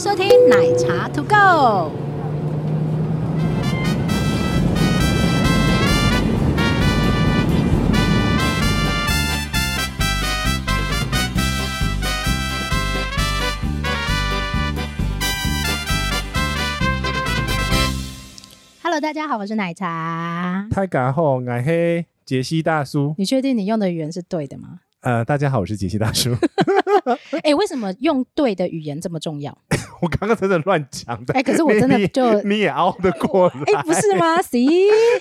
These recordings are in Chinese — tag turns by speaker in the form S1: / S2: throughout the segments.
S1: 收听奶茶 To Go。Hello，大家好，我是奶茶。
S2: 太敢吼，俺黑杰西大叔。
S1: 你确定你用的语言是对的吗？
S2: 呃，大家好，我是杰西大叔。
S1: 哎、为什么用对的语言这么重要？
S2: 我刚刚真的乱讲的。
S1: 哎、可是我真的就
S2: 你你也熬得过来？
S1: 哎、不是吗？行。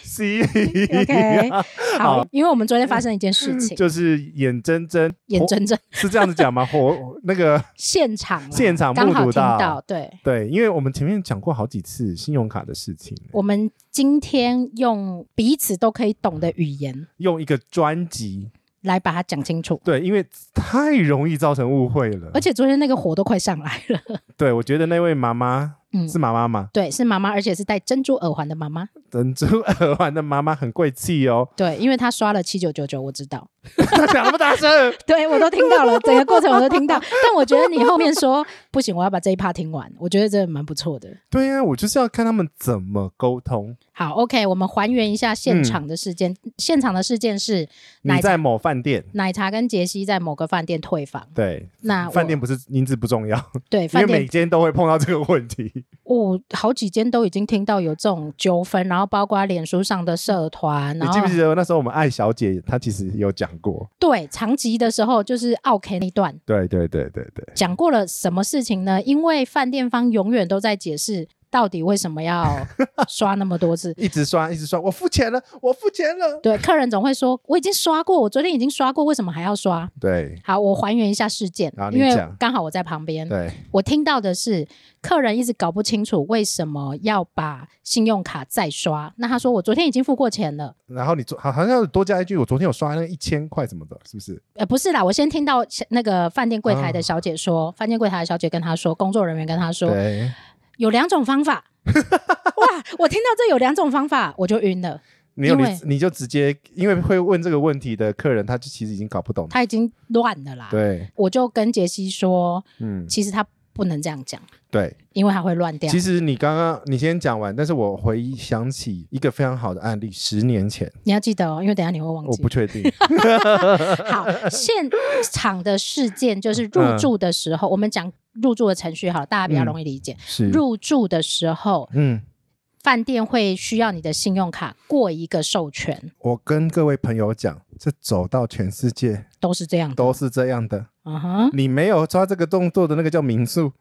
S2: 是
S1: OK，好
S2: 好，嗯
S1: 因为我们昨天发生一件事情，
S2: 就是眼睁睁，
S1: 眼睁睁
S2: 是这样子讲吗？火那个
S1: 现场啦
S2: 现场
S1: 刚
S2: 目
S1: 好
S2: 睹
S1: 听
S2: 到
S1: 到，对。
S2: 对，因为我们前面讲过好几次信用卡的事情，
S1: 我们今天用彼此都可以懂的语言
S2: 用一个专辑，
S1: 来把它讲清楚，
S2: 对，因为太容易造成误会了。
S1: 而且昨天那个火都快上来了。
S2: 对我觉得那位妈妈
S1: 嗯，
S2: 是妈妈吗？
S1: 对，是妈妈，而且是戴珍珠耳环的妈妈。
S2: 珍珠耳环的妈妈很贵气哦，
S1: 对，因为她刷了七九九九，我知道，
S2: 她讲那么大声。
S1: 对我都听到了，整个过程我都听到。但我觉得你后面说不行，我要把这一趴听完，我觉得这蛮不错的。
S2: 对呀、我就是要看他们怎么沟通。
S1: 好，OK，我们还原一下
S2: 嗯
S1: 现场的事件。现场的事件是奶
S2: 你
S1: 茶
S2: 在某饭店，
S1: 奶茶跟杰西在某个饭店退房。
S2: 对，
S1: 啊那我
S2: 饭店不是名字不重 要，
S1: 对
S2: 因为
S1: 饭
S2: 每
S1: 店，
S2: 间都会碰到这个 问题。
S1: 我、好几间都已经听到有这种纠纷，然后包括脸书上的社团，
S2: 你
S1: 然
S2: 记
S1: 后
S2: 不记得那时候我们艾小姐她其实有讲过？
S1: 对长集的时候就是 OK 那一段
S2: 对对对对对，
S1: 讲过了什么事情呢？因为饭店方永远都在解释到底为什么 要刷那么多次。
S2: 一直刷一直刷，我付钱了，我付钱了。
S1: 对，客人总会说我已经刷过，我昨天已经刷过，为什么还要刷？
S2: 对
S1: 好，我还原一下事件
S2: 好，你
S1: 因为
S2: 讲
S1: 刚好我在旁边。
S2: 对，
S1: 我听到的是客人一直搞不清楚为什么要把信用卡再刷。那他说我昨天已经付过钱了，
S2: 然后你昨好好像有多加一句，我昨天有刷那个一千块什么的，是不是？
S1: 呃，不是啦，我先听到那个饭店柜台
S2: 嗯
S1: 的小姐说，饭店柜台的小姐跟他说，工作人员跟他说
S2: 对，
S1: 有两种方法。 哇，我听到这有两种方法，我就晕了。
S2: 你有
S1: 因
S2: 你
S1: 为
S2: 你就直接，因为会问这个问题的客人，他就其实已经搞不懂。
S1: 他已经乱了啦。
S2: 对，
S1: 我就跟杰西说，
S2: 嗯，
S1: 其实他不能这样讲，
S2: 对。
S1: 因为他会乱掉
S2: 其。实你刚刚你先讲完，但是我回想起一个非常好的案例，十年前，
S1: 你要记得哦，因为等一下你会忘
S2: 我
S1: 记
S2: 不。确定，
S1: 好，现场的事件就是
S2: 嗯
S1: 入住的时候，我们讲入住的程序好了，大家比较容易理解。
S2: 是，
S1: 入住的时候，
S2: 嗯，
S1: 饭店会需要你的信用卡过一个授权，
S2: 我跟各位朋友讲，这走到全世界
S1: 都是这样的。
S2: 都是这样的，
S1: 嗯哼，
S2: 你没有抓这个动作的那个叫民宿。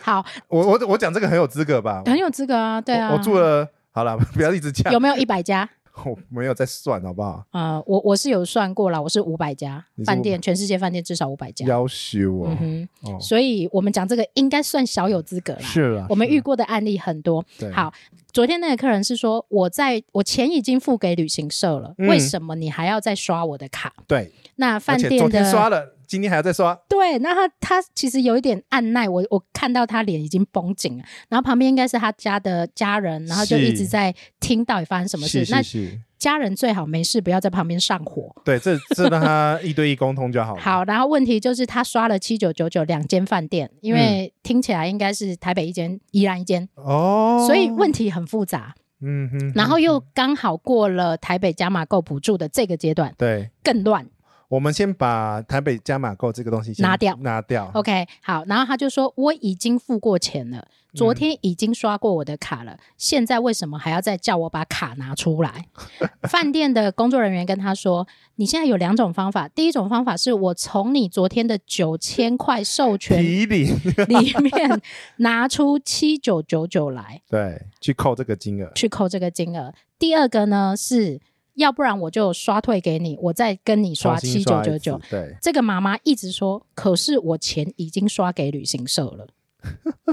S1: 好，
S2: 我我我讲这个很有资格吧？
S1: 很有资格啊，对啊。
S2: 我我住了，好了， 不要一直讲
S1: 有，没有一百家？
S2: 我没有在算，好不好？
S1: 呃，我我是有算过啦，我是五百家
S2: 你是
S1: 饭店，全世界饭店至少五百家。
S2: 要求我
S1: 啊嗯，哼，
S2: 哦，
S1: 所以我们讲这个应该算小有资格啦。
S2: 是了，
S1: 我们
S2: 是
S1: 遇
S2: 啦
S1: 过的案例很多。
S2: 对
S1: 好，昨天那个客人是说，我在我钱已经付给旅行社了，
S2: 嗯
S1: 为什么你还要再刷我的卡？
S2: 对，
S1: 那
S2: 而
S1: 饭
S2: 且
S1: 店
S2: 昨天刷
S1: 的
S2: 了，今天还要再刷，
S1: 对，那他他其实有一点按耐，我我看到他脸已经绷紧了，然后旁边应该是他家的家人，然后就一
S2: 是
S1: 直在听到底发生什么事。
S2: 是是
S1: 那
S2: 是，
S1: 家人最好没事不要在旁边上火。
S2: 对，这这让他一对一沟通就好了。
S1: 好，然后问题就是他刷了七九九九两间饭店，因为
S2: 嗯
S1: 听起来应该是台北一间、宜兰一间，
S2: 哦，
S1: 所以问题很复杂。
S2: 嗯哼，
S1: 然后又刚好过了台北加码购补助的这个阶段，
S2: 对，
S1: 更乱。
S2: 我们先把台北加码购这个东西先
S1: 拿掉
S2: 拿掉。
S1: OK，好，然后他就说我已经付过钱了，昨
S2: 嗯
S1: 天已经刷过我的卡了，现在为什么还要再叫我把卡拿出来？ 饭店的工作人员跟他说，你现在有两种方法，第一种方法是我从你昨天的九千块 授权
S2: 提领
S1: 里面拿出七九九九来
S2: 对，去扣这个金额，
S1: 去扣这个金额，第二个呢是要不然我就刷退给你，我再跟你刷
S2: 重
S1: 七
S2: 新
S1: 九
S2: 一
S1: 九
S2: 次
S1: 九。。
S2: 对，
S1: 这个妈妈一直说，可是我钱已经刷给旅行社了。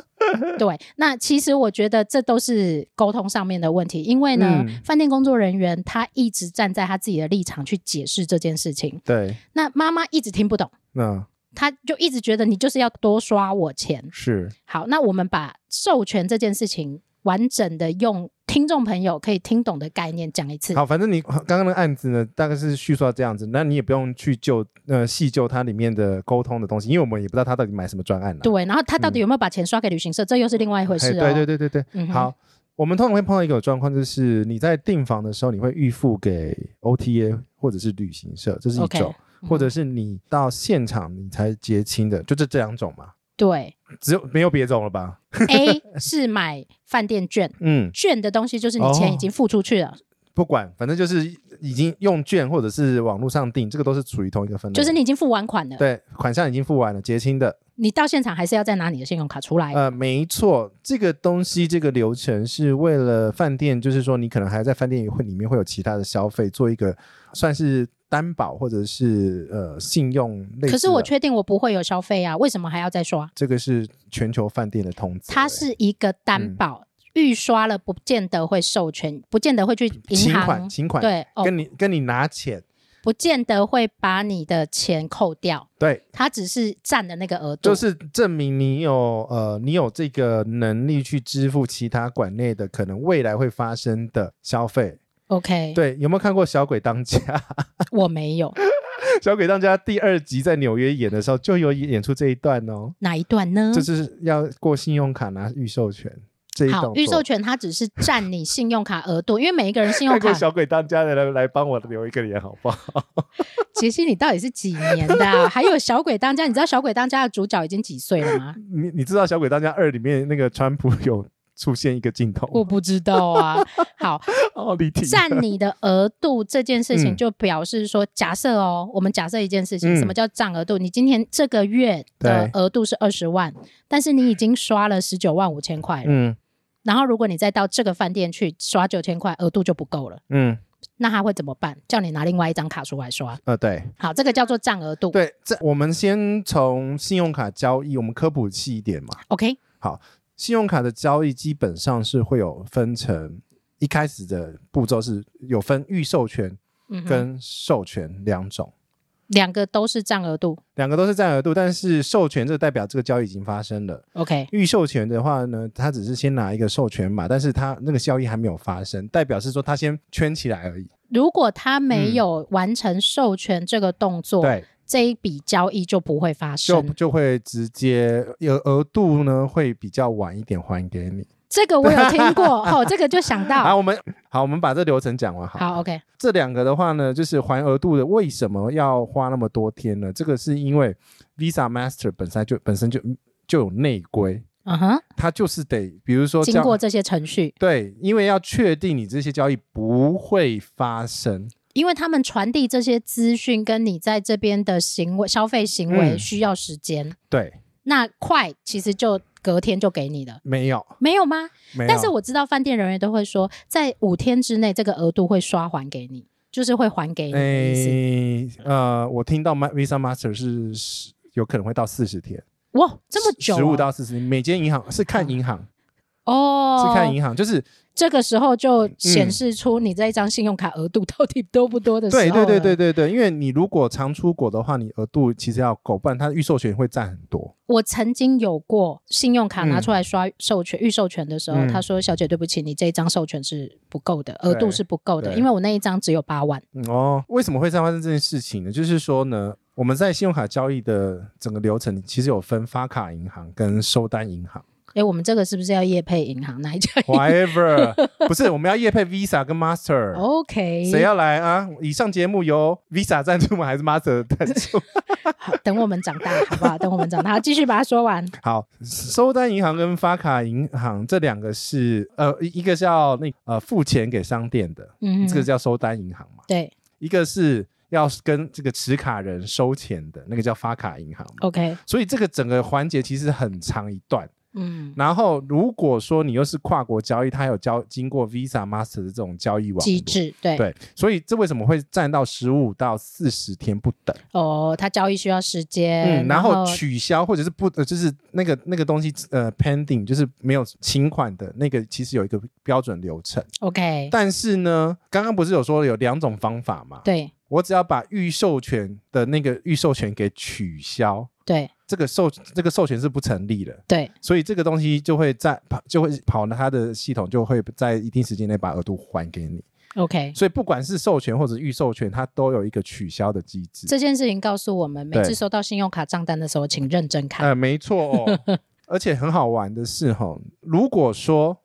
S1: 对，那其实我觉得这都是沟通上面的问题，因为呢，
S2: 嗯
S1: 饭店工作人员他一直站在他自己的立场去解释这件事情，
S2: 对，
S1: 那妈妈一直听不懂，
S2: 那
S1: 她就一直觉得你就是要多刷我钱。
S2: 是
S1: 好，那我们把授权这件事情完整的用听众朋友可以听懂的概念讲一次。
S2: 好，反正你刚刚的案子呢，大概是叙述到这样子，那你也不用去就呃细究它里面的沟通的东西，因为我们也不知道他到底买什么专案了。啊
S1: 对，然后他到底有没有把钱刷给旅行社，这又是另外一回
S2: 嘿，
S1: 事哦。
S2: 哎对对对对对，
S1: 嗯哼
S2: 好。我们通常会碰到一个状况，就是你在订房的时候，你会预付给 OTA 或者是旅行社，这是一
S1: OK，
S2: 种
S1: 嗯
S2: 或者是你到现场你才结清的，就这这两种嘛，
S1: 对
S2: 只有没有别种了吧？
S1: A 是买饭店券，
S2: 嗯，
S1: 券的东西就是你钱已
S2: 哦
S1: 经付出去了，
S2: 不管，反正就是已经用券或者是网络上订，这个都是属于同一个分类。
S1: 就是你已经付完款了，
S2: 对款项已经付完了，结清的。
S1: 你到现场还是要再拿你的信用卡出来。
S2: 呃，没错，这个东西这个流程是为了饭店，就是说你可能还在饭店会里面会有其他的消费，做一个算是担保或者是呃信用类似的。
S1: 可是我确定我不会有消费啊，为什么还要再刷？
S2: 这个是全球饭店的通欸知，
S1: 它是一个
S2: 嗯
S1: 担保，预刷了不见得会授权，不见得会去
S2: 请
S1: 银
S2: 款，
S1: 行，
S2: 请款，
S1: 对哦，
S2: 跟你跟你拿钱，
S1: 不见得会把你的钱扣掉，
S2: 对，
S1: 它只是占的那个额度。
S2: 就是证明你有呃，你有这个能力去支付其他馆内的可能未来会发生的消费。
S1: OK，
S2: 对，有没有看过《小鬼当家》？
S1: 我没有
S2: 《小鬼当家》第二集在纽约演的时候就有演出这一段哦，
S1: 哪一段呢？
S2: 就是要过信用卡拿预授权这一动
S1: 好，
S2: 作。
S1: 预授权它只是占你信用卡额度，因为每一个人信 用
S2: 看过
S1: 卡，
S2: 《小鬼当家》的人来帮我留一个言好不好？
S1: 杰西，你到底是几年的啊、还有小鬼当家，你知道小鬼当家的主角已经几岁了吗？
S2: 你你知道《小鬼当家二》里面那个川普有出现一个镜头
S1: 我
S2: 吗？
S1: 不知道啊。 好，
S2: 哦，你挺
S1: 占你的额度这件事情，
S2: 嗯
S1: 就表示说，假设哦，我们假设一件事情，
S2: 嗯
S1: 什么叫占额度？你今天这个月的额度是二十万，但是你已经刷了十九万五千块了，
S2: 嗯
S1: 然后如果你再到这个饭店去刷九千块，额度就不够了，
S2: 嗯
S1: 那他会怎么办？叫你拿另外一张卡出来刷。
S2: 呃对。
S1: 好，这个叫做占额度。
S2: 对，这我们先从信用卡交易，我们科普细一点嘛。
S1: OK，
S2: 信用卡的交易基本上是会有分成，一开始的步骤是有分预授权
S1: 嗯哼，
S2: 跟授权两种，
S1: 两个都是占额度。
S2: 两个都是占额度，但是授权这代表这个交易已经发生了。
S1: OK，
S2: 预授权的话呢，它只是先拿一个授权码，但是它那个交易还没有发生，代表是说它先圈起来而已。
S1: 如果他没
S2: 嗯
S1: 有完成授权这个动作，
S2: 对，
S1: 这一笔交易就不会发
S2: 就
S1: 生。
S2: 就会直接有额度呢，会比较晚一点还给你。
S1: 这个我有听 过，哦，这个就想
S2: 好，
S1: 到，
S2: 我们好，我们把这流程讲完好。
S1: 好，OK，
S2: 这两个的话呢，就是还额度的，为什么要花那么多天呢？这个是因为 Visa Master 本身就本身就就有内规，
S1: 嗯哼，
S2: 它就是得，比如说这
S1: 经
S2: 样
S1: 过这些程序，
S2: 对，因为要确定你这些交易不会发生，
S1: 因为他们传递这些资讯跟你在这边的行为、消费行为
S2: 嗯
S1: 需要时间，
S2: 对，
S1: 那快其实就隔天就给你了，
S2: 没有，
S1: 没有吗？
S2: 没有。
S1: 但是我知道饭店人员都会说，在五天之内这个额度会刷还给你，就是会还给你的意思。
S2: 诶，哎呃，我听到 Ma- Visa Master 是十有可能会到四十天，
S1: 哇，这么久、啊，
S2: 十五到四十，每间银行是看银行，
S1: 哦，
S2: 是看银行，就是
S1: 这个时候就
S2: 嗯
S1: 显示出你这一张信用卡额度到底多不多的时候
S2: 对对对对
S1: 对，
S2: 对对，因为你如果常出国的话，你额度其实要够，不然它预授权会占很多。
S1: 我曾经有过信用卡拿出来刷授权、预授权的时候，
S2: 嗯
S1: 他说：“小姐，对不起，你这一张授权是不够的，额度是不够的，
S2: 对
S1: 因为我那一张只有八万。
S2: 嗯哦，为什么会发生这件事情呢？就是说呢，我们在信用卡交易的整个流程其实有分发卡银行跟收单银行
S1: 哎，我们这个是不是要业配银行哪一家
S2: ，whatever，不是我们要业配 Visa 跟 Master。
S1: 哦？OK，
S2: 谁要来啊？以上节目由 Visa 赞助吗？还是 Master 赞 助？
S1: 好等我们长大好不好？等我们长大，继续把它说完。
S2: 好，收单银行跟发卡银行这两个是呃，一一个叫那呃付钱给商店的，
S1: 嗯，
S2: 这个叫收单银行嘛。
S1: 对
S2: 一个是要跟这个持卡人收钱的，那个叫发卡银行嘛。
S1: ，OK，
S2: 所以这个整个环节其实很长一段。
S1: 嗯，
S2: 然后如果说你又是跨国交易，它有交经过 Visa、Master 的这种交易网络
S1: 机。制对
S2: 对，所以这为什么会占到十五到四十天不等？
S1: 哦，他交易需要时间，
S2: 嗯，然后取消或者是不，呃就是那个那个东西，呃，pending 就是没有请款的那个，其实有一个标准流程。
S1: OK，
S2: 但是呢，刚刚不是有说有两种方法嘛？
S1: 对
S2: 我只要把预授权的那个预授权给取消，
S1: 对，
S2: 这个授这个授权是不成立的，
S1: 对，
S2: 所以这个东西就会在跑就会跑到它的系统就会在一定时间内把额度还给你。
S1: OK，
S2: 所以不管是授权或者预授权，它都有一个取消的机制。
S1: 这件事情告诉我们，每
S2: 对
S1: 次收到信用卡账单的时候，请认真看。
S2: 呃，没错 哦。而且很好玩的是，哈，如果说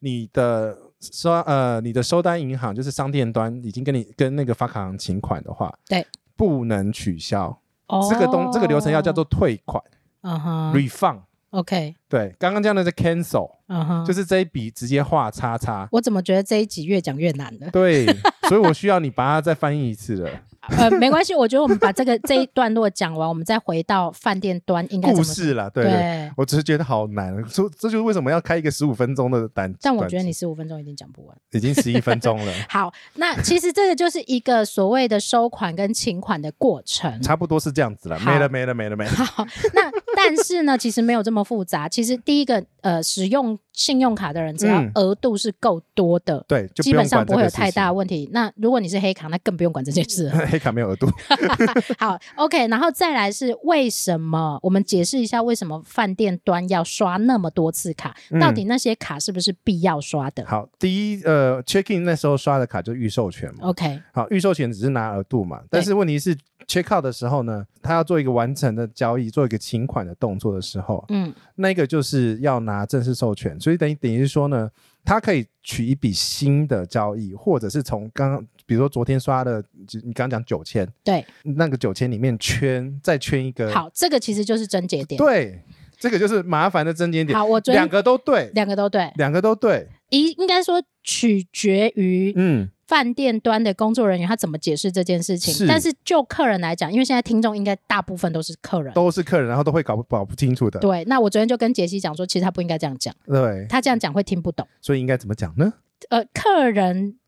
S2: 你的收呃你的收单银行就是商店端已经跟你跟那个发卡行请款的话，
S1: 对，
S2: 不能取消。
S1: 哦
S2: 呃这个东这个流程要叫做，退款、
S1: 嗯哼
S2: refund。
S1: ，OK，
S2: 对，刚刚这样的是 cancel，、
S1: 嗯哼，
S2: 就是是这一笔直接画叉叉。
S1: 我怎么觉得这一集越讲越难呢？
S2: 对， 所以我需要你把它再翻译一次了。
S1: 呃，没关系，我觉得我们把这个这一段落讲完，我们再回到饭店端 应该怎
S2: 故
S1: 么
S2: 事啦，对
S1: 对。
S2: 对。我只是觉得好难，所这就是为什么要开一个十五分钟的单。
S1: 但我觉得
S2: 短
S1: 你十五分钟一定讲不完。
S2: 已经十一分钟 了，
S1: 好，那其实这个就是一个所谓的收款跟请款的过程。
S2: 差不多是这样子了，
S1: 好
S2: 没了没了没了没了。
S1: 好，那 但是呢，其实没有这么复杂。其实第一个，呃，使用信用卡的人，只要
S2: 嗯
S1: 额度是够多的，
S2: 对，就
S1: 基
S2: 用
S1: 本上
S2: 管
S1: 不
S2: 这
S1: 会有
S2: 个事
S1: 太大
S2: 情。
S1: 问题。那如果你是黑卡，那更不用管这件事了。
S2: 黑卡没有额度，
S1: 好，OK，然后再来是为什么？我们解释一下为什么饭店端要刷那么多次卡，
S2: 嗯
S1: 到底那些卡是不是必要刷的
S2: 好，第一，呃，check in 那时候刷的卡就是预授权嘛，
S1: ？OK，
S2: 好，预授权只是拿额度嘛，但是问题是 check out 的时候呢，他要做一个完成的交易，做一个请款的动作的时候，
S1: 嗯，
S2: 那个就是要拿正式授权，所以等于等于是说呢，他可以取一笔新的交易，或者是从刚刚，比如说昨天刷的，就你刚刚讲九千，
S1: 对，
S2: 那个九千里面圈再圈一个，
S1: 好，这个其实就是症结点。
S2: 对，这个就是麻烦的增减点，
S1: 好，我昨
S2: 两
S1: 天
S2: 个 都对，
S1: 两个都对，
S2: 两个都对，
S1: 一应该说取决于
S2: 嗯，
S1: 饭店端的工作人员他怎么解释这件事情。
S2: 是
S1: 但是就客人来讲，因为现在听众应该大部分都是客人。
S2: 都是客人，然后都会搞不搞不清楚的，
S1: 对，那我昨天就跟杰西讲说，其实他不应该这样讲，
S2: 对，
S1: 他这样讲会听不懂。
S2: 所以应该怎么讲呢？
S1: 呃，客人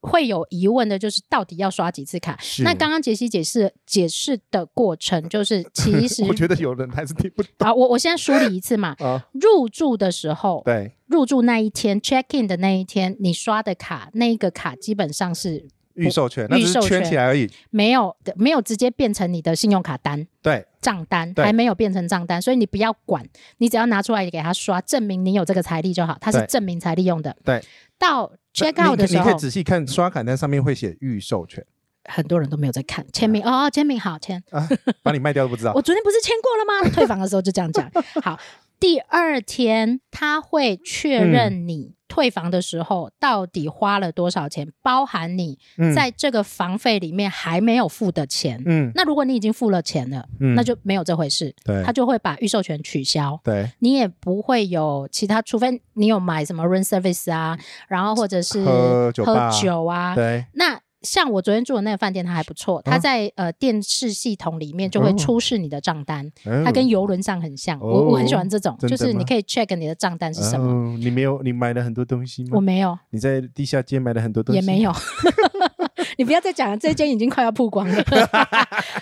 S1: 会有疑问的，就是到底要刷几次卡？
S2: 是
S1: 那刚刚杰西解释解释的过程， 就是其实
S2: 我觉得有人还是听 不懂。
S1: 啊，我我现在梳理一次嘛
S2: 啊，
S1: 入住的时候，
S2: 对，
S1: 入住那一天，check in 的那一天，你刷的卡，那一个卡基本上是
S2: 预授权，那只
S1: 预
S2: 是
S1: 授
S2: 圈
S1: 权
S2: 起来而已，
S1: 没有的，没有直接变成你的信用卡单
S2: 对，
S1: 账单，
S2: 对
S1: 还没有变成账单，所以你不要管，你只要拿出来给他刷，证明你有这个财力就好，它是
S2: 对
S1: 证明财力用的。
S2: 对，
S1: 到 check out
S2: 你
S1: 的
S2: 可
S1: 时
S2: 你
S1: 候
S2: 可以，仔细看刷卡单上面会写预授权，
S1: 很多人都没有在看
S2: 啊
S1: 签名哦，签名好签，
S2: 把你卖掉都不知道
S1: 我。昨天不是签过了 吗？退房的时候就这样讲。好，第二天他会确认
S2: 嗯
S1: 你退房的时候到底花了多少钱，包含你
S2: 嗯
S1: 在这个房费里面还没有付的钱。
S2: 嗯
S1: 那如果你已经付了钱了，
S2: 嗯
S1: 那就没有这回事，
S2: 对
S1: 他就会把预授权取消。
S2: 对
S1: 你也不会有其他，除非你有买什么 room service 啊，然后或者是
S2: 喝酒吧
S1: 酒啊，
S2: 对，
S1: 那像我昨天住的那个饭店，它还不错，
S2: 啊
S1: 它在呃电视系统里面就会出示你的账单，它
S2: 他
S1: 跟游轮上很像。
S2: 嗯哦
S1: 我我很喜欢这种，
S2: 真
S1: 就
S2: 的
S1: 是
S2: 吗啊
S1: 你可以 check 你的账单是什么。
S2: 么？哦你没有你买了很多东西
S1: 我
S2: 吗？
S1: 没有，
S2: 你在地下街买了很多东西
S1: 也没有。 你不要再讲了，这间已经快要曝光了。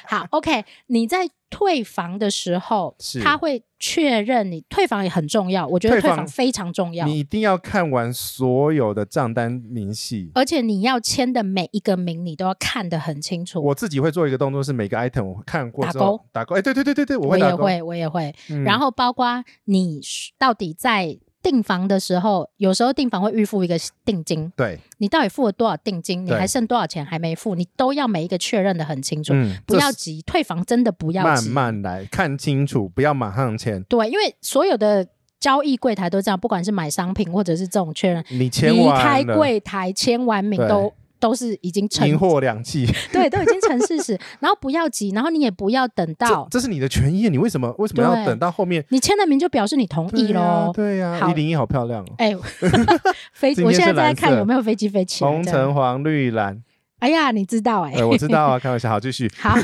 S1: 好，OK，你在退房的时候
S2: 是，
S1: 他会确认你退房也很重要，我觉得
S2: 退
S1: 退
S2: 房
S1: 房非常重要，
S2: 你一定要看完所有的账单明细。
S1: 而且你要签的每一个名你都要看得很清楚。
S2: 我自己会做一个动作，是每个 item 我看过
S1: 哦打
S2: 之后打勾。哎，对对对对对，我会
S1: 也
S2: 打勾。
S1: 会，我也会。
S2: 嗯
S1: 然后包括你到底在订房的时候，有时候订房会预付一个定金，
S2: 对，
S1: 你到底付了多少定金，你
S2: 对
S1: 还剩多少钱还没付，你都要每一个确认的很清楚，
S2: 嗯，
S1: 不
S2: 这
S1: 要
S2: 是
S1: 急，退房真的不要
S2: 慢
S1: 急，
S2: 慢来，看清楚，不要马上签。
S1: 对，因为所有的交易柜台都这样，不管是买商品或者是这种确认，
S2: 你签
S1: 离开
S2: 完了，
S1: 柜台签完名
S2: 对
S1: 都。都是已经成
S2: 银货两讫。
S1: 对，都已经成事实，然后不要急，然后你也不要等
S2: 这
S1: 到
S2: 这是你的权益，你为什么为什么要
S1: 对
S2: 等到后面？
S1: 你签了名就表示你同意
S2: 对啊呀
S1: 喽。
S2: 对呀，
S1: 好
S2: 一零一好漂亮哦。
S1: 哎， 飞，
S2: 今天
S1: 我现在
S2: 是
S1: 在
S2: 蓝
S1: 看
S2: 色
S1: 有没有飞机飞起来。
S2: 红
S1: 这样
S2: 橙黄 绿蓝，
S1: 哎呀，你知道哎、
S2: 呃，我知道啊，开玩笑，好，继续。
S1: 好，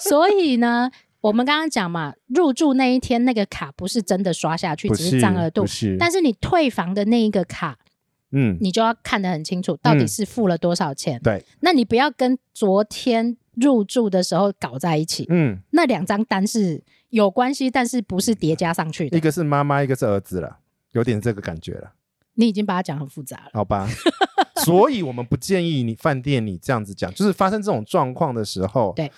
S1: 所以呢，我们刚刚讲嘛，入住那一天那个卡不是真的刷下去，
S2: 不
S1: 只
S2: 是
S1: 是占额度
S2: 不。是，
S1: 但是你退房的那一个卡，
S2: 嗯，
S1: 你就要看得很清楚，到底是付了多少钱。
S2: 对，
S1: 那你不要跟昨天入住的时候搞在一起，
S2: 嗯，
S1: 那两张单是有关系，但是不是叠加上去
S2: 一
S1: 的。
S2: 个是妈妈，一个是儿子了，有点这个感觉了，
S1: 你已经把它讲很复杂了。
S2: 好吧？所以我们不建议你饭店你这样子讲，就是发生这种状况的时候，
S1: 对，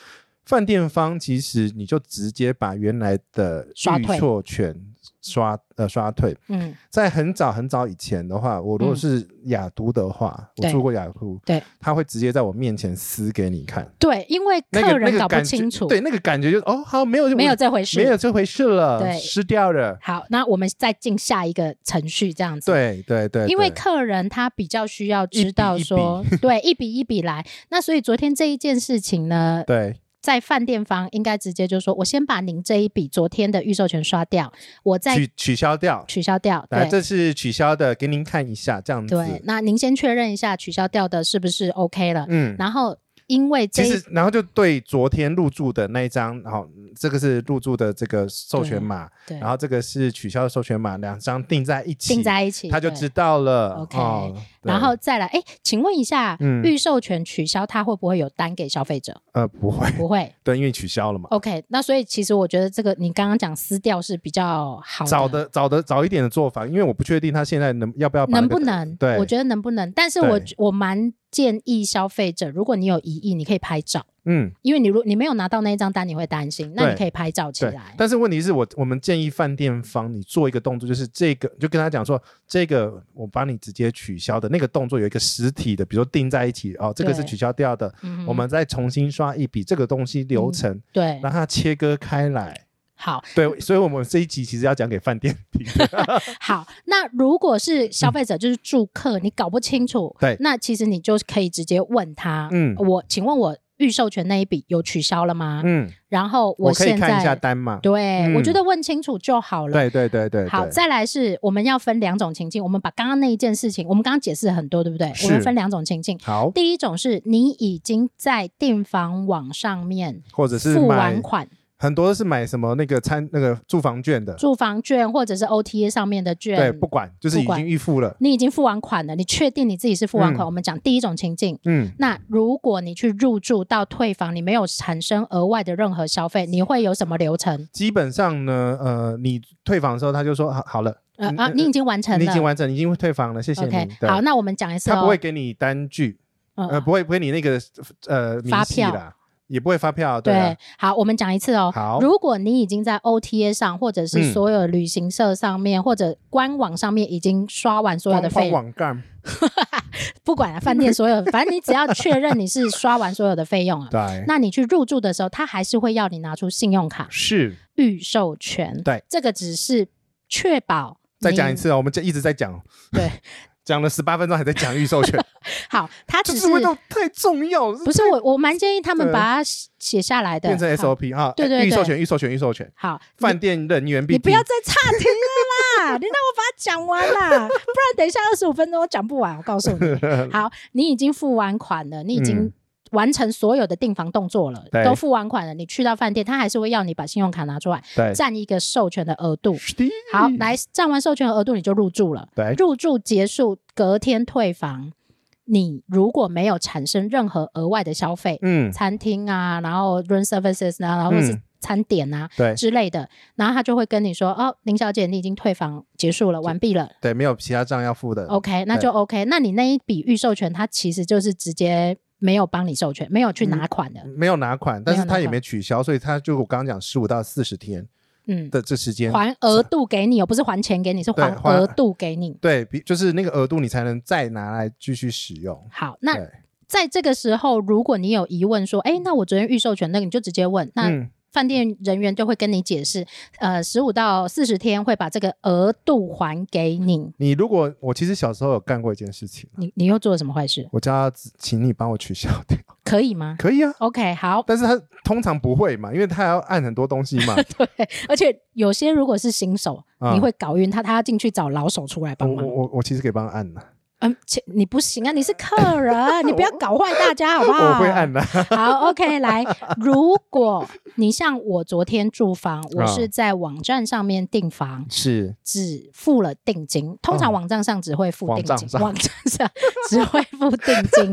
S2: 饭店方其实你就直接把原来的
S1: 刷
S2: 预
S1: 退
S2: 错权刷呃刷退。
S1: 嗯，
S2: 在很早很早以前的话，我如果
S1: 嗯
S2: 是雅都的话，我
S1: 对
S2: 住过雅都，
S1: 对，
S2: 他会直接在我面前撕给你看，
S1: 对，因为
S2: 那
S1: 客
S2: 个那
S1: 人
S2: 个
S1: 搞不
S2: 感觉
S1: 清楚，
S2: 对，那个感觉就是哦，好，没有
S1: 没有这回
S2: 没有
S1: 事。
S2: 这回事了，
S1: 对
S2: 失掉了，
S1: 好，那我们再进下一个程序，这样子。
S2: 对对对，
S1: 因为
S2: 对
S1: 客人他比较需要
S2: 一笔
S1: 知道
S2: 一笔
S1: 说，对，一笔一笔来。那所以昨天这一件事情呢，
S2: 对
S1: 在饭店方应该直接就说，我先把您这一笔昨天的预授权刷掉，我再
S2: 取取消掉，
S1: 取消掉。
S2: 来，
S1: 对
S2: 这是取消的，给您看一下，这样子，
S1: 对，那您先确认一下取消掉的是不是 OK 了。
S2: 嗯。
S1: 然后因为这
S2: 其
S1: 一
S2: 实，然后就对昨天入住的那一张，然后这个是入住的这个授权码，
S1: 对
S2: 然后这个是取消的授权码，两张订在一起，
S1: 定在一起，
S2: 他就
S1: 对
S2: 知道了。
S1: OK，
S2: 哦对
S1: 然后再来，哎，请问一下，
S2: 嗯
S1: 预授权取消，它会不会有单给消费者？
S2: 呃不会，
S1: 不会。
S2: 对，因为取消了嘛。
S1: OK，那所以其实我觉得这个你刚刚讲撕掉是比较好
S2: 早的早的早一点的做法，因为我不确定他现在能要不要把那
S1: 能
S2: 个
S1: 不能？
S2: 对，
S1: 我觉得能不能？但是我
S2: 对
S1: 我蛮建议消费者，如果你有疑义，你可以拍照，
S2: 嗯
S1: 因为你如你没有拿到那一张单，你会担心，那
S2: 对
S1: 你可以拍照起
S2: 对
S1: 来。。
S2: 但是问题是我我们建议饭店方你做一个动作，就是这个就跟他讲说，这个我帮你直接取消的那个动作有一个实体的，比如说钉在一起哦，这个是
S1: 对
S2: 取消掉的，
S1: 嗯哼
S2: 我们再重新刷一笔这个东西流程，
S1: 对
S2: 让它切割开来。
S1: 好
S2: 对，所以我们这一集其实要讲给饭店听 的。
S1: 好。那如果是消费者，就是住客，你搞不清楚，
S2: 嗯对
S1: 那其实你就可以直接问他，
S2: 嗯
S1: 我请问我预授权那一笔有取消了吗？
S2: 嗯，
S1: 然后
S2: 我可以
S1: 现在
S2: 看一下单嘛？
S1: 对、我
S2: 嗯
S1: 觉得问清楚就好了。
S2: 对对对对，
S1: 好，
S2: 对
S1: 再来是我们要分两种情境，我们把刚刚那一件事情，我们刚刚解释了很多，对不对？
S2: 是
S1: 我们分两种情境，
S2: 好，
S1: 第一种是你已经在订房网上面
S2: 或者是
S1: 付完
S2: 买
S1: 款，
S2: 很多是买什么那个餐那个住房券的，
S1: 住房券或者是 OTA 上面的券，
S2: 对，不管就是
S1: 不
S2: 已
S1: 管
S2: 经预付了，
S1: 你已经付完款了，你确定你自己是付完款？
S2: 嗯
S1: 我们讲第一种情境。
S2: 嗯，
S1: 那如果你去入住到退房，你没有产生额外的任何消费，你会有什么流程？
S2: 基本上呢，呃，你退房的时候他就说好好了，
S1: 呃
S2: 嗯
S1: 啊，
S2: 嗯
S1: 你已经完成了，
S2: 你已经完成，你已经退房了，谢谢
S1: OK，
S2: 你。对
S1: 好，，那我们讲一次、哦，
S2: 他不会给你单据，
S1: 嗯，
S2: 呃，不会不会你那个呃明
S1: 发
S2: 细
S1: 票
S2: 啦，也不会发票，
S1: 对,、
S2: 啊
S1: 好，我们讲一次哦。
S2: 好
S1: 如果你已经在 OTA 上，或者
S2: 嗯
S1: 是所有旅行社上面，或者官网上面已经刷完所有的
S2: 官方
S1: 费，
S2: 网干，
S1: 不管了、饭店所有，反正你只要确认你是刷完所有的费用了，
S2: 对，
S1: 那你去入住的时候，他还是会要你拿出信用卡
S2: 是。
S1: 预授权。
S2: 对，
S1: 这个只是确保。
S2: 再讲一，次哦，我们这一直在讲，
S1: 对，
S2: 讲了十八分钟还在讲预授 权，
S1: 好，他
S2: 这
S1: 只
S2: 是
S1: 是
S2: 味道太重要了，
S1: 不是我，我蛮建议他们
S2: 对
S1: 把它写写下来的，
S2: 变成
S1: 好
S2: SOP 哈，哎
S1: 对对
S2: 预授
S1: 对
S2: 权预授权预授权，
S1: 好，
S2: 饭店人员必
S1: 你不要
S2: 听
S1: 再岔题了啦！你让我把它讲完 啦，不然等一下二十五分钟我讲不完。我告诉你，好，你已经付完款了，你已
S2: 嗯
S1: 经完成所有的订房动作了，
S2: 对
S1: 都付完款了。你去到饭店，他还是会要你把信用卡拿出来，
S2: 对嗯
S1: 占一个授权的额度。
S2: 是
S1: 好，来占完授权的额度，你就入住了。
S2: 对
S1: 入住结束，隔天退房。你如果没有产生任何额外的消费，
S2: 嗯，
S1: 餐厅啊，然后 room services 啊，然后或是
S2: 嗯
S1: 餐点啊、
S2: 对
S1: 之类的，然后他就会跟你说，哦，林小姐，你已经退房结束了，完毕了
S2: 对，没有其他账要付的。
S1: ，OK，那就 OK。那你那一笔预授权，他其实就是直接没有帮你授权，没有去
S2: 嗯
S1: 拿款的，
S2: 没有拿款，但是
S1: 没有拿
S2: 他也
S1: 款
S2: 没取消，所以他就我刚刚讲十五到四十天
S1: 嗯，
S2: 的这时间，
S1: 还额度给你，哦，不是还钱给你，是
S2: 啊对
S1: 还
S2: 还
S1: 额度给你。
S2: 对比就是那个额度，你才能再拿来继续使用。
S1: 好，那
S2: 对
S1: 在这个时候，如果你有疑问说，哎，那我昨天预授权那个，你就直接问，那
S2: 嗯，
S1: 饭店人员就会跟你解释，呃，十五到四十天会把这个额度还给你。
S2: 你如果我其实小时候有干过一件事情，
S1: 你你又做了什么坏事？
S2: 我叫他只请你帮我取消掉，
S1: 可以吗
S2: 可以啊。
S1: ？OK，好，
S2: 但是他通常不会嘛，因为他要按很多东西 嘛。
S1: 对，而且有些如果是新手，
S2: 啊
S1: 你会搞晕他，他要进去找老手出来
S2: 我
S1: 帮
S2: 我
S1: 忙。
S2: 我我其实可以帮他按的，
S1: 嗯，切你不行啊，你是客人，你不要搞坏大家好不好？
S2: 我会按。的。
S1: 好，OK，来，如果你像我昨天住房，我
S2: 啊
S1: 是在网站上面订房，
S2: 是
S1: 只付了定金，通
S2: 哦
S1: 常网站上只会付
S2: 网
S1: 定
S2: 站
S1: 金，
S2: 上
S1: 网站上 只会付定金。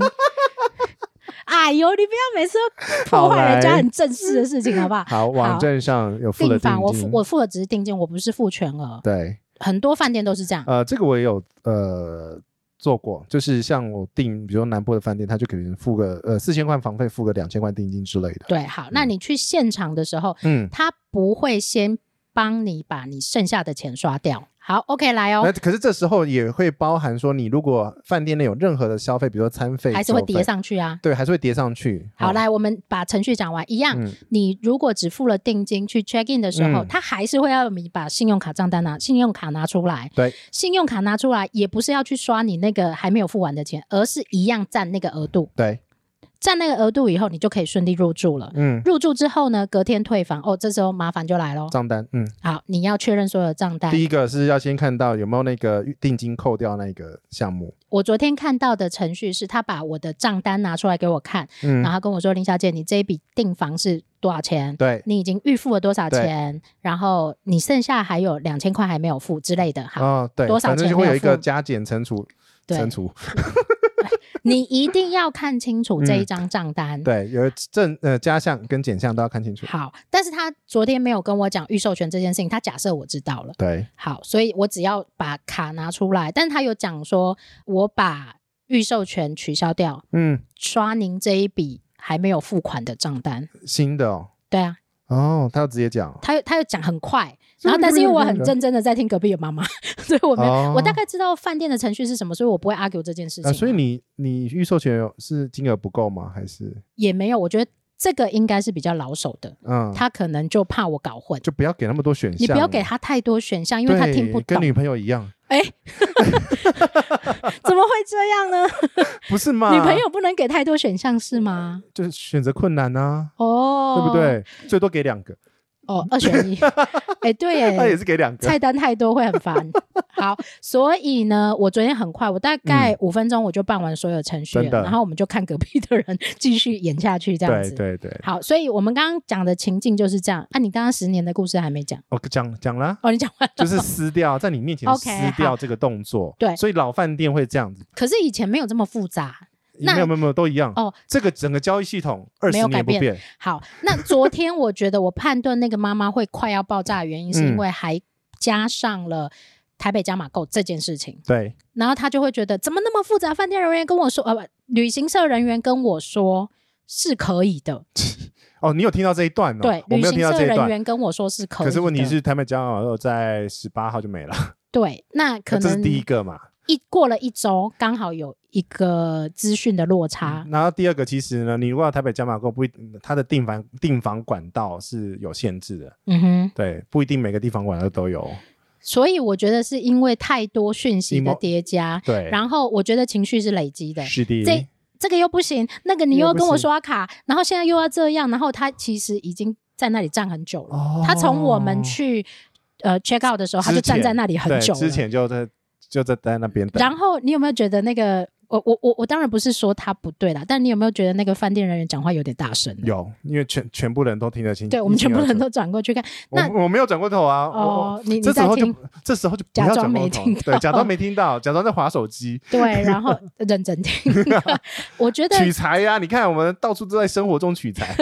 S1: 哎呦，你不要每次都破坏人
S2: 好
S1: 家
S2: 来
S1: 很正式的事情，好不好？
S2: 好，网站上有 付了
S1: 订
S2: 定
S1: 房我付
S2: 金。
S1: 我付的只是定金，我不是付全额，
S2: 对，
S1: 很多饭店都是这样。
S2: 呃，这个我也有呃做过，就是像我订，比如说南部的饭店，他就可能付个呃四千块房费，付个两千块定金之类的。
S1: 对，好，那你去现场的时候，
S2: 嗯，
S1: 他不会先帮你把你剩下的钱刷掉。好，OK，来
S2: 那
S1: 哦，
S2: 可是这时候也会包含说，你如果饭店内有任何的消费，比如说餐费，
S1: 还是会
S2: 酒费
S1: 叠，上去啊。
S2: 对，还是会叠上去。
S1: 好，
S2: 哦，
S1: 来，我们把程序讲完。一样，
S2: 嗯
S1: 你如果只付了定金去 check in 的时候，
S2: 嗯
S1: 他还是会要你把信用卡账单拿，信用卡拿出来。
S2: 对，
S1: 信用卡拿出来也不是要去刷你那个还没有付完的钱，而是一样占那个额度，
S2: 对，
S1: 占那个额度以后，你就可以顺利入住了。
S2: 嗯，
S1: 入住之后呢，隔天退房哦，这时候麻烦就来咯。
S2: 账单，嗯，
S1: 好，你要确认所有的账单。
S2: 第一个是要先看到有没有那个定金扣掉那个项目，
S1: 我昨天看到的程序是他把我的账单拿出来给我看，
S2: 嗯
S1: 然，后他跟我说：“林小姐，你这一笔订房是多少钱？
S2: 对，
S1: 你已经预付了多少
S2: 对
S1: 钱？然后你剩下还有两千块还没有付之类的。”好，
S2: 哦，对，
S1: 多少
S2: 反正
S1: 钱
S2: 就会
S1: 没有
S2: 有一个
S1: 付
S2: 加减乘除，
S1: 对
S2: 乘，除，
S1: 你一定要看清楚这一张账单。
S2: 嗯对，有正呃加项跟减项都要看清楚，
S1: 好，但是他昨天没有跟我讲预授权这件事情，他假设我知道了。
S2: 对，
S1: 好，所以我只要把卡拿出来，但他有讲说，我把预授权取消掉，
S2: 嗯，
S1: 刷您这一笔还没有付款的账单。
S2: 新的哦，
S1: 对啊，
S2: 哦，他要直接讲哦，啊
S1: 他有他有讲很快，然后但是因为我很认真的在听隔壁的妈妈， 所以我没有、
S2: 哦
S1: 我大概知道饭店的程序是什么，所以我不会 argue 这件事情、
S2: 啊，所以你你预授权有是金额不够吗？还是
S1: 也没有，我觉得这个应该是比较老手的，
S2: 嗯，
S1: 他可能就怕我搞混。
S2: 就不要给那么多选项，
S1: 你不要给，他太多选项，因为他听不懂
S2: 跟。女朋友一样，
S1: 哎， 怎么会这样 呢？
S2: 不是吗？
S1: 女朋友不能给太多选项是吗？
S2: 就是选择困难啊，
S1: 哦，
S2: 对不？对？最多给两个，
S1: 哦，二选一。 哎，对耶，
S2: 他也是给两个，
S1: 菜单太多会很烦。好，所以呢，我昨天很快，我大概五分钟我就办完所有程序了
S2: 嗯真的
S1: 然后我们就看隔壁的人继续演下去，这样
S2: 对
S1: 子。
S2: 对对，
S1: 好，所以我们刚刚讲的情境就是这样。啊，你刚刚十年的故事还没讲
S2: 我讲讲啦。
S1: 哦，你讲完了。
S2: 就是撕 掉，在你面前
S1: OK，
S2: 撕掉这个动作，
S1: 对
S2: 所以老饭店会这样子，
S1: 可是以前没有这么复杂。那
S2: 没有没有没有都一样
S1: 哦。
S2: 这个整个交易系统二
S1: 没
S2: 十
S1: 有改
S2: 年不
S1: 变
S2: 变，
S1: 好，那昨天我觉得我判断那个妈妈会快要爆炸的原因，是因
S2: 嗯
S1: 为还加上了台北加码购这件事情。
S2: 对，
S1: 然后他就会觉得怎么那么复杂？饭店人员跟我说，呃，不，旅行社人员跟我说是可以的，
S2: 哦，你有听到这一段哦？
S1: 对，
S2: 我
S1: 旅
S2: 没有
S1: 行
S2: 听到
S1: 社
S2: 这一
S1: 人
S2: 段。
S1: 员跟我说是可以
S2: 可
S1: 的。
S2: 是问题，是，台北交往后在十八号就没了，
S1: 对，那可
S2: 这是
S1: 能
S2: 第一个嘛。
S1: 一过了一周，刚好有一个资讯的落差。
S2: 然后第二个，其实呢，你如果要台北加码购，不一定它的订房订房管道是有限制的，
S1: 嗯哼，
S2: 对，不一定每个地方管道都有，
S1: 所以我觉得是因为太多讯息的叠加，
S2: 对，
S1: 然后我觉得情绪是累积的。
S2: 是
S1: 这
S2: 的，
S1: 这个又不行，那个你
S2: 又
S1: 又
S2: 不
S1: 跟我
S2: 行
S1: 刷卡，然后现在又要这样，然后他其实已经在那里站很久了。
S2: 哦
S1: 他从我们去呃 check out 的时候，他就
S2: 之前
S1: 站在那里很
S2: 对
S1: 久了
S2: 之前就在就在在那边等，
S1: 然后你有没有觉得那个我我我我当然不是说他不对啦，但你有没有觉得那个饭店人员讲话有点大声？啊
S2: 有，因为全全部人都听得清，
S1: 对我们全部人
S2: 一清
S1: 都转过去看。
S2: 二
S1: 那
S2: 楚，我我没有转过头啊，我
S1: 哦，你你
S2: 这时
S1: 在
S2: 候就
S1: 听
S2: 这时候就不
S1: 假
S2: 要
S1: 装
S2: 转
S1: 没
S2: 过头
S1: 听，到
S2: 对，假装没听到，假装在划手机，
S1: 对，然后认真 听。我 觉得，
S2: 取材呀、你看我们到处都在生活中取 材，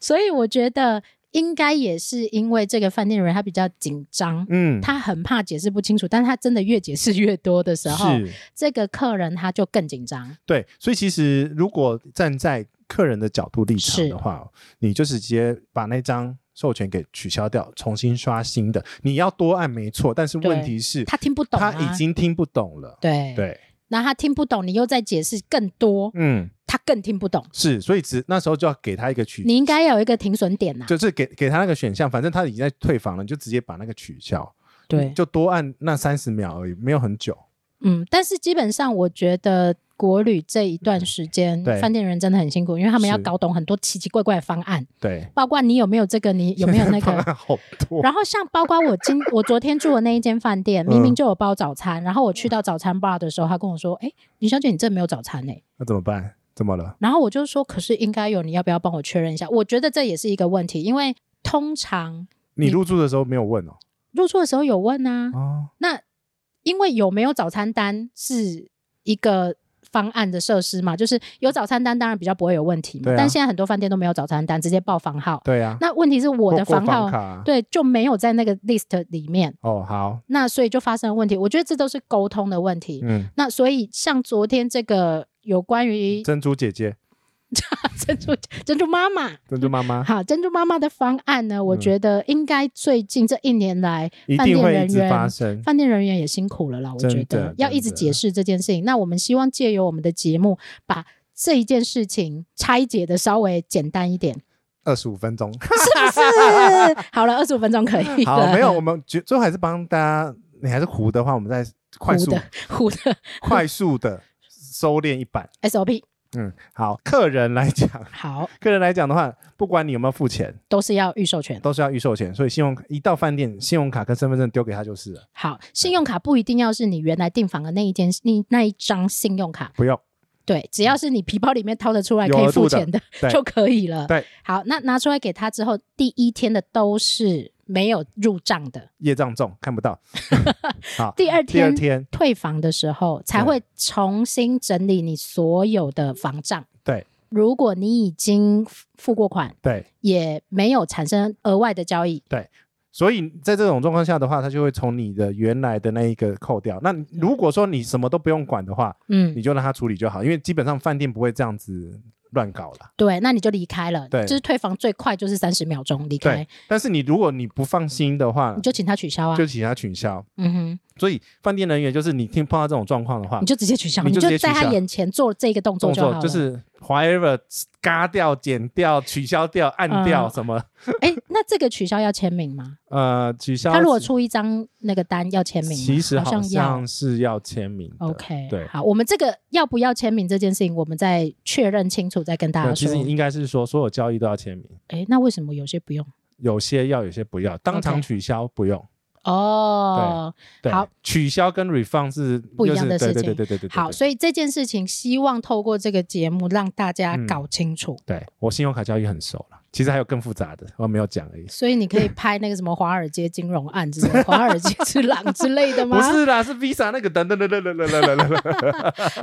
S1: 所以我觉得应该也是因为这个饭店人员他比较紧张。
S2: 嗯，
S1: 他很怕解释不清楚，但他真的越解释越多的时候，
S2: 是，
S1: 这个客人他就更紧张。
S2: 对，所以其实如果站在客人的角度立场
S1: 是
S2: 的话，你就是直接把那张授权给取消掉，重新刷新的，你要多按没错，但是
S1: 对
S2: 问题是，
S1: 他听不懂、啊，
S2: 他已经听不懂了，
S1: 对
S2: 对，
S1: 那他听不懂，你又在解释更多，
S2: 嗯，
S1: 他更听不懂。
S2: 是，所以只那时候就要给他一个取。
S1: 你应该要有一个停损点呐、啊
S2: 就是给给他那个选项，反正他已经在退房了，你就直接把那个取消，
S1: 对，
S2: 就多按那三十秒而已，没有很久。
S1: 嗯，但是基本上我觉得国旅这一段时间，
S2: 对
S1: 饭店人真的很辛苦，因为他们要
S2: 是
S1: 搞懂很多奇奇怪怪的方案，
S2: 对，
S1: 包括你有没有这个， 你有没有那
S2: 方
S1: 个。
S2: 案好多。
S1: 然后像包括我今我昨天住的那一间饭 店，明
S2: 嗯
S1: 明就有包早餐，然后我去到早餐 bar 的时候，他跟我说：“哎、林小姐，你这没有早餐 呢、
S2: 那怎么办？怎么了？
S1: 然后我就说：“可是应该有，你要不要帮我确认一下？”我觉得这也是一个问题，因为通常
S2: 你
S1: 你
S2: 入住的时候没有问哦？
S1: 入住的时候有问啊，
S2: 哦，
S1: 那因为有没有早餐单是一个方案的设施嘛，就是有早餐单当然比较不会有问题嘛，
S2: 对啊
S1: 但现在很多饭店都没有早餐单，直接报房号。
S2: 对啊，
S1: 那问题是我的
S2: 过过
S1: 房号
S2: 房卡啊
S1: 对就没有在那个 list 里面，
S2: 哦，好，
S1: 那所以就发生了问题。我觉得这都是沟通的问题。
S2: 嗯，
S1: 那所以像昨天这个有关于啊
S2: 珍珠姐姐，
S1: 珍珠珍珠妈妈。
S2: 珍珠妈妈
S1: 好，珍珠妈妈的方案呢？
S2: 嗯
S1: 我觉得应该最近这一年来，
S2: 一
S1: 饭
S2: 定
S1: 店
S2: 会
S1: 人
S2: 一直
S1: 员
S2: 发生，
S1: 饭店人员也辛苦了啦。我觉
S2: 真的
S1: 得要一直
S2: 真的
S1: 解释这件事情。那我们希望借由我们的节目，把这一件事情拆解的稍微简单一 点，
S2: 二十五 分钟。
S1: 是不是？ 好了，二十五分钟可以
S2: 好，
S1: 了
S2: 没 有，我们觉最后还是帮大家，你还是糊的话，我们再快
S1: 糊
S2: 速
S1: 的糊的
S2: 快速的收敛一版。
S1: SOP，
S2: 嗯， 好，客人来讲，
S1: 好，
S2: 客人来讲的话，不管你有没有付钱，
S1: 都是要预授权。
S2: 都是要预售钱，所以信用一到饭店，信用卡跟身份证丢给他就是了，
S1: 好，信用卡不一定要是你原来订房的那一件，你那一张信用卡，
S2: 不用。
S1: 对，只要是你皮包里面掏得出来可
S2: 有
S1: 以
S2: 额
S1: 付
S2: 度的
S1: 钱的
S2: 对
S1: 就可以了。
S2: 对，
S1: 好，那拿出来给他之后，第一天的都是没有入账的，
S2: 业障重看 不到。好，
S1: 第二
S2: 第
S1: 天
S2: 二天
S1: 退房的时候才
S2: 对
S1: 会重新整理你所有的房账。
S2: 对
S1: 如果你已经付过款，
S2: 对，
S1: 也没有产生额外的交易，
S2: 所以在这种状况下的话，他就会从你的原来的那一个扣掉。那你如果说你什么都不用管的话，
S1: 嗯，
S2: 你就让他处理就好，因为基本上饭店不会这样子乱搞啦。
S1: 对，那你就离开了。
S2: 对
S1: 就是退房最快就是三十秒钟离开
S2: 对，但是你如果你不放心的话
S1: 你，就请他取消啊。
S2: 就请他取消。
S1: 嗯哼。
S2: 所以饭店人员就是你听碰到这种状况的话
S1: 你，就直接取消，
S2: 啊你
S1: 你
S2: 就直接
S1: 在
S2: 取
S1: 他
S2: 消
S1: 眼前做这个动作
S2: 动
S1: 就好
S2: 作
S1: 了。
S2: 就，是哎 whatever 嘎掉、剪掉、取消掉、按掉
S1: 嗯
S2: 什么。
S1: 哎，那这个取消要签名吗？
S2: 呃，取消。
S1: 他如果出一张那个单要签名吗，
S2: 其实
S1: 好
S2: 好
S1: 要
S2: 像。是要签名的。
S1: OK，
S2: 对
S1: 好，我们这个要不要签名这件事情，我们再确认清楚，再跟大家
S2: 对，其
S1: 说
S2: 实。应该是说所有交易都要签名，
S1: 哎，那为什么有些不用？
S2: 有些要，有些不要，当场
S1: OK
S2: 取消不用。
S1: 哦，
S2: 对，
S1: 好，
S2: 取消跟 refund 是
S1: 不一样的
S2: 又是
S1: 事情
S2: 对对对对对对。
S1: 好，
S2: 对
S1: 所以这件事情希望透过这个节目让大家
S2: 嗯
S1: 搞清楚。
S2: 对我信用卡交易很熟了，其实还有更复杂的，我没有讲而已。
S1: 所以你可以拍那个什么华尔街金融案之类的、华尔街之狼之类的吗？
S2: 不是啦，是 Visa 那个等等等等等等等等等。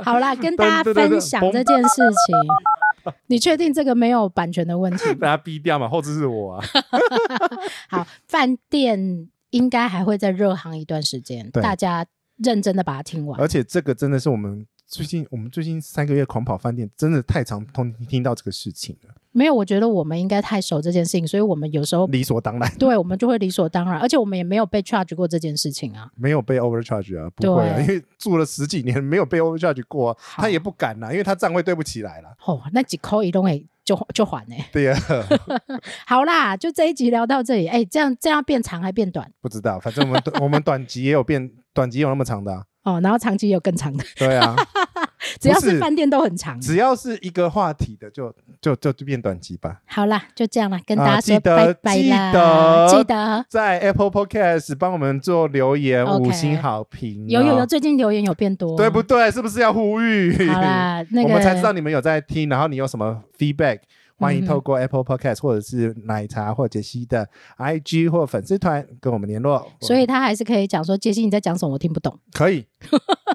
S1: 好啦，跟大家分享这件事情。你确定这个没有版权的问题？
S2: 把它逼掉嘛，后置是我 啊。
S1: 好，饭店应该还会再热行一段时间，
S2: 对呃
S1: 大家认真的把它听完
S2: 而。且这个真的是我们最近，我们最近三个月狂跑饭店，真的太常通听到这个事情了，
S1: 没有，我觉得我们应该太熟这件事情，所以我们有时候
S2: 理所当然，
S1: 对我们就会理所当然，而且我们也没有被 charge 过这件事情啊。
S2: 没有被 overcharge 啊，不会啊，
S1: 对
S2: 因为住了十几年没有被 overcharge 过啊、
S1: 好
S2: 他也不敢呐、因为他账会对不起来了。
S1: 哦，那几扣一动诶，就就还呢、
S2: 对啊呀、
S1: 好啦，就这一集聊到这里，哎、这样这样变长还变短
S2: 不知道，反正我们 我们短集也有变，短集有那么长的啊、
S1: 哦，然后长期有更长的，
S2: 对 啊，
S1: 只要
S2: 不
S1: 是
S2: 是
S1: 饭店都很长。
S2: 只要是一个话题的就，就就就变短集吧。
S1: 好啦，就这样啦，跟大家
S2: 啊
S1: 说
S2: 记得
S1: 拜拜啦，
S2: 记得嗯
S1: 记得
S2: 在 Apple Podcast 帮我们做留言
S1: OK
S2: 五星好评、啊
S1: 有有有，，最近留言有变多，
S2: 对不对？是不是要呼吁？
S1: 好 啦，那个
S2: 我们才知道你们有在听，然后你有什么 feedback，欢
S1: 嗯
S2: 迎透过 Apple Podcast 或者是奶茶或杰西的 IG 或粉丝团跟我们联络。
S1: 所以他还是可以讲说，杰西你在讲什么，我听不懂，
S2: 可以，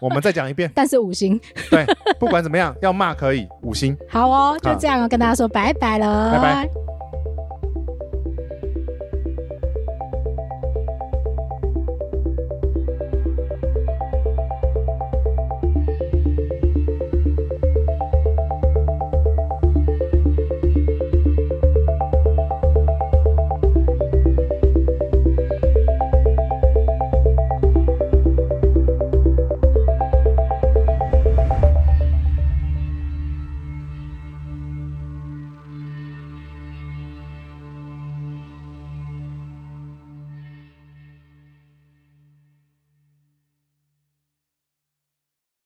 S2: 我们再讲一遍。
S1: 但是五星
S2: 对，不管怎么样，要骂可以五星。
S1: 好哦，就这样哦，跟大家说拜拜了，
S2: 拜拜。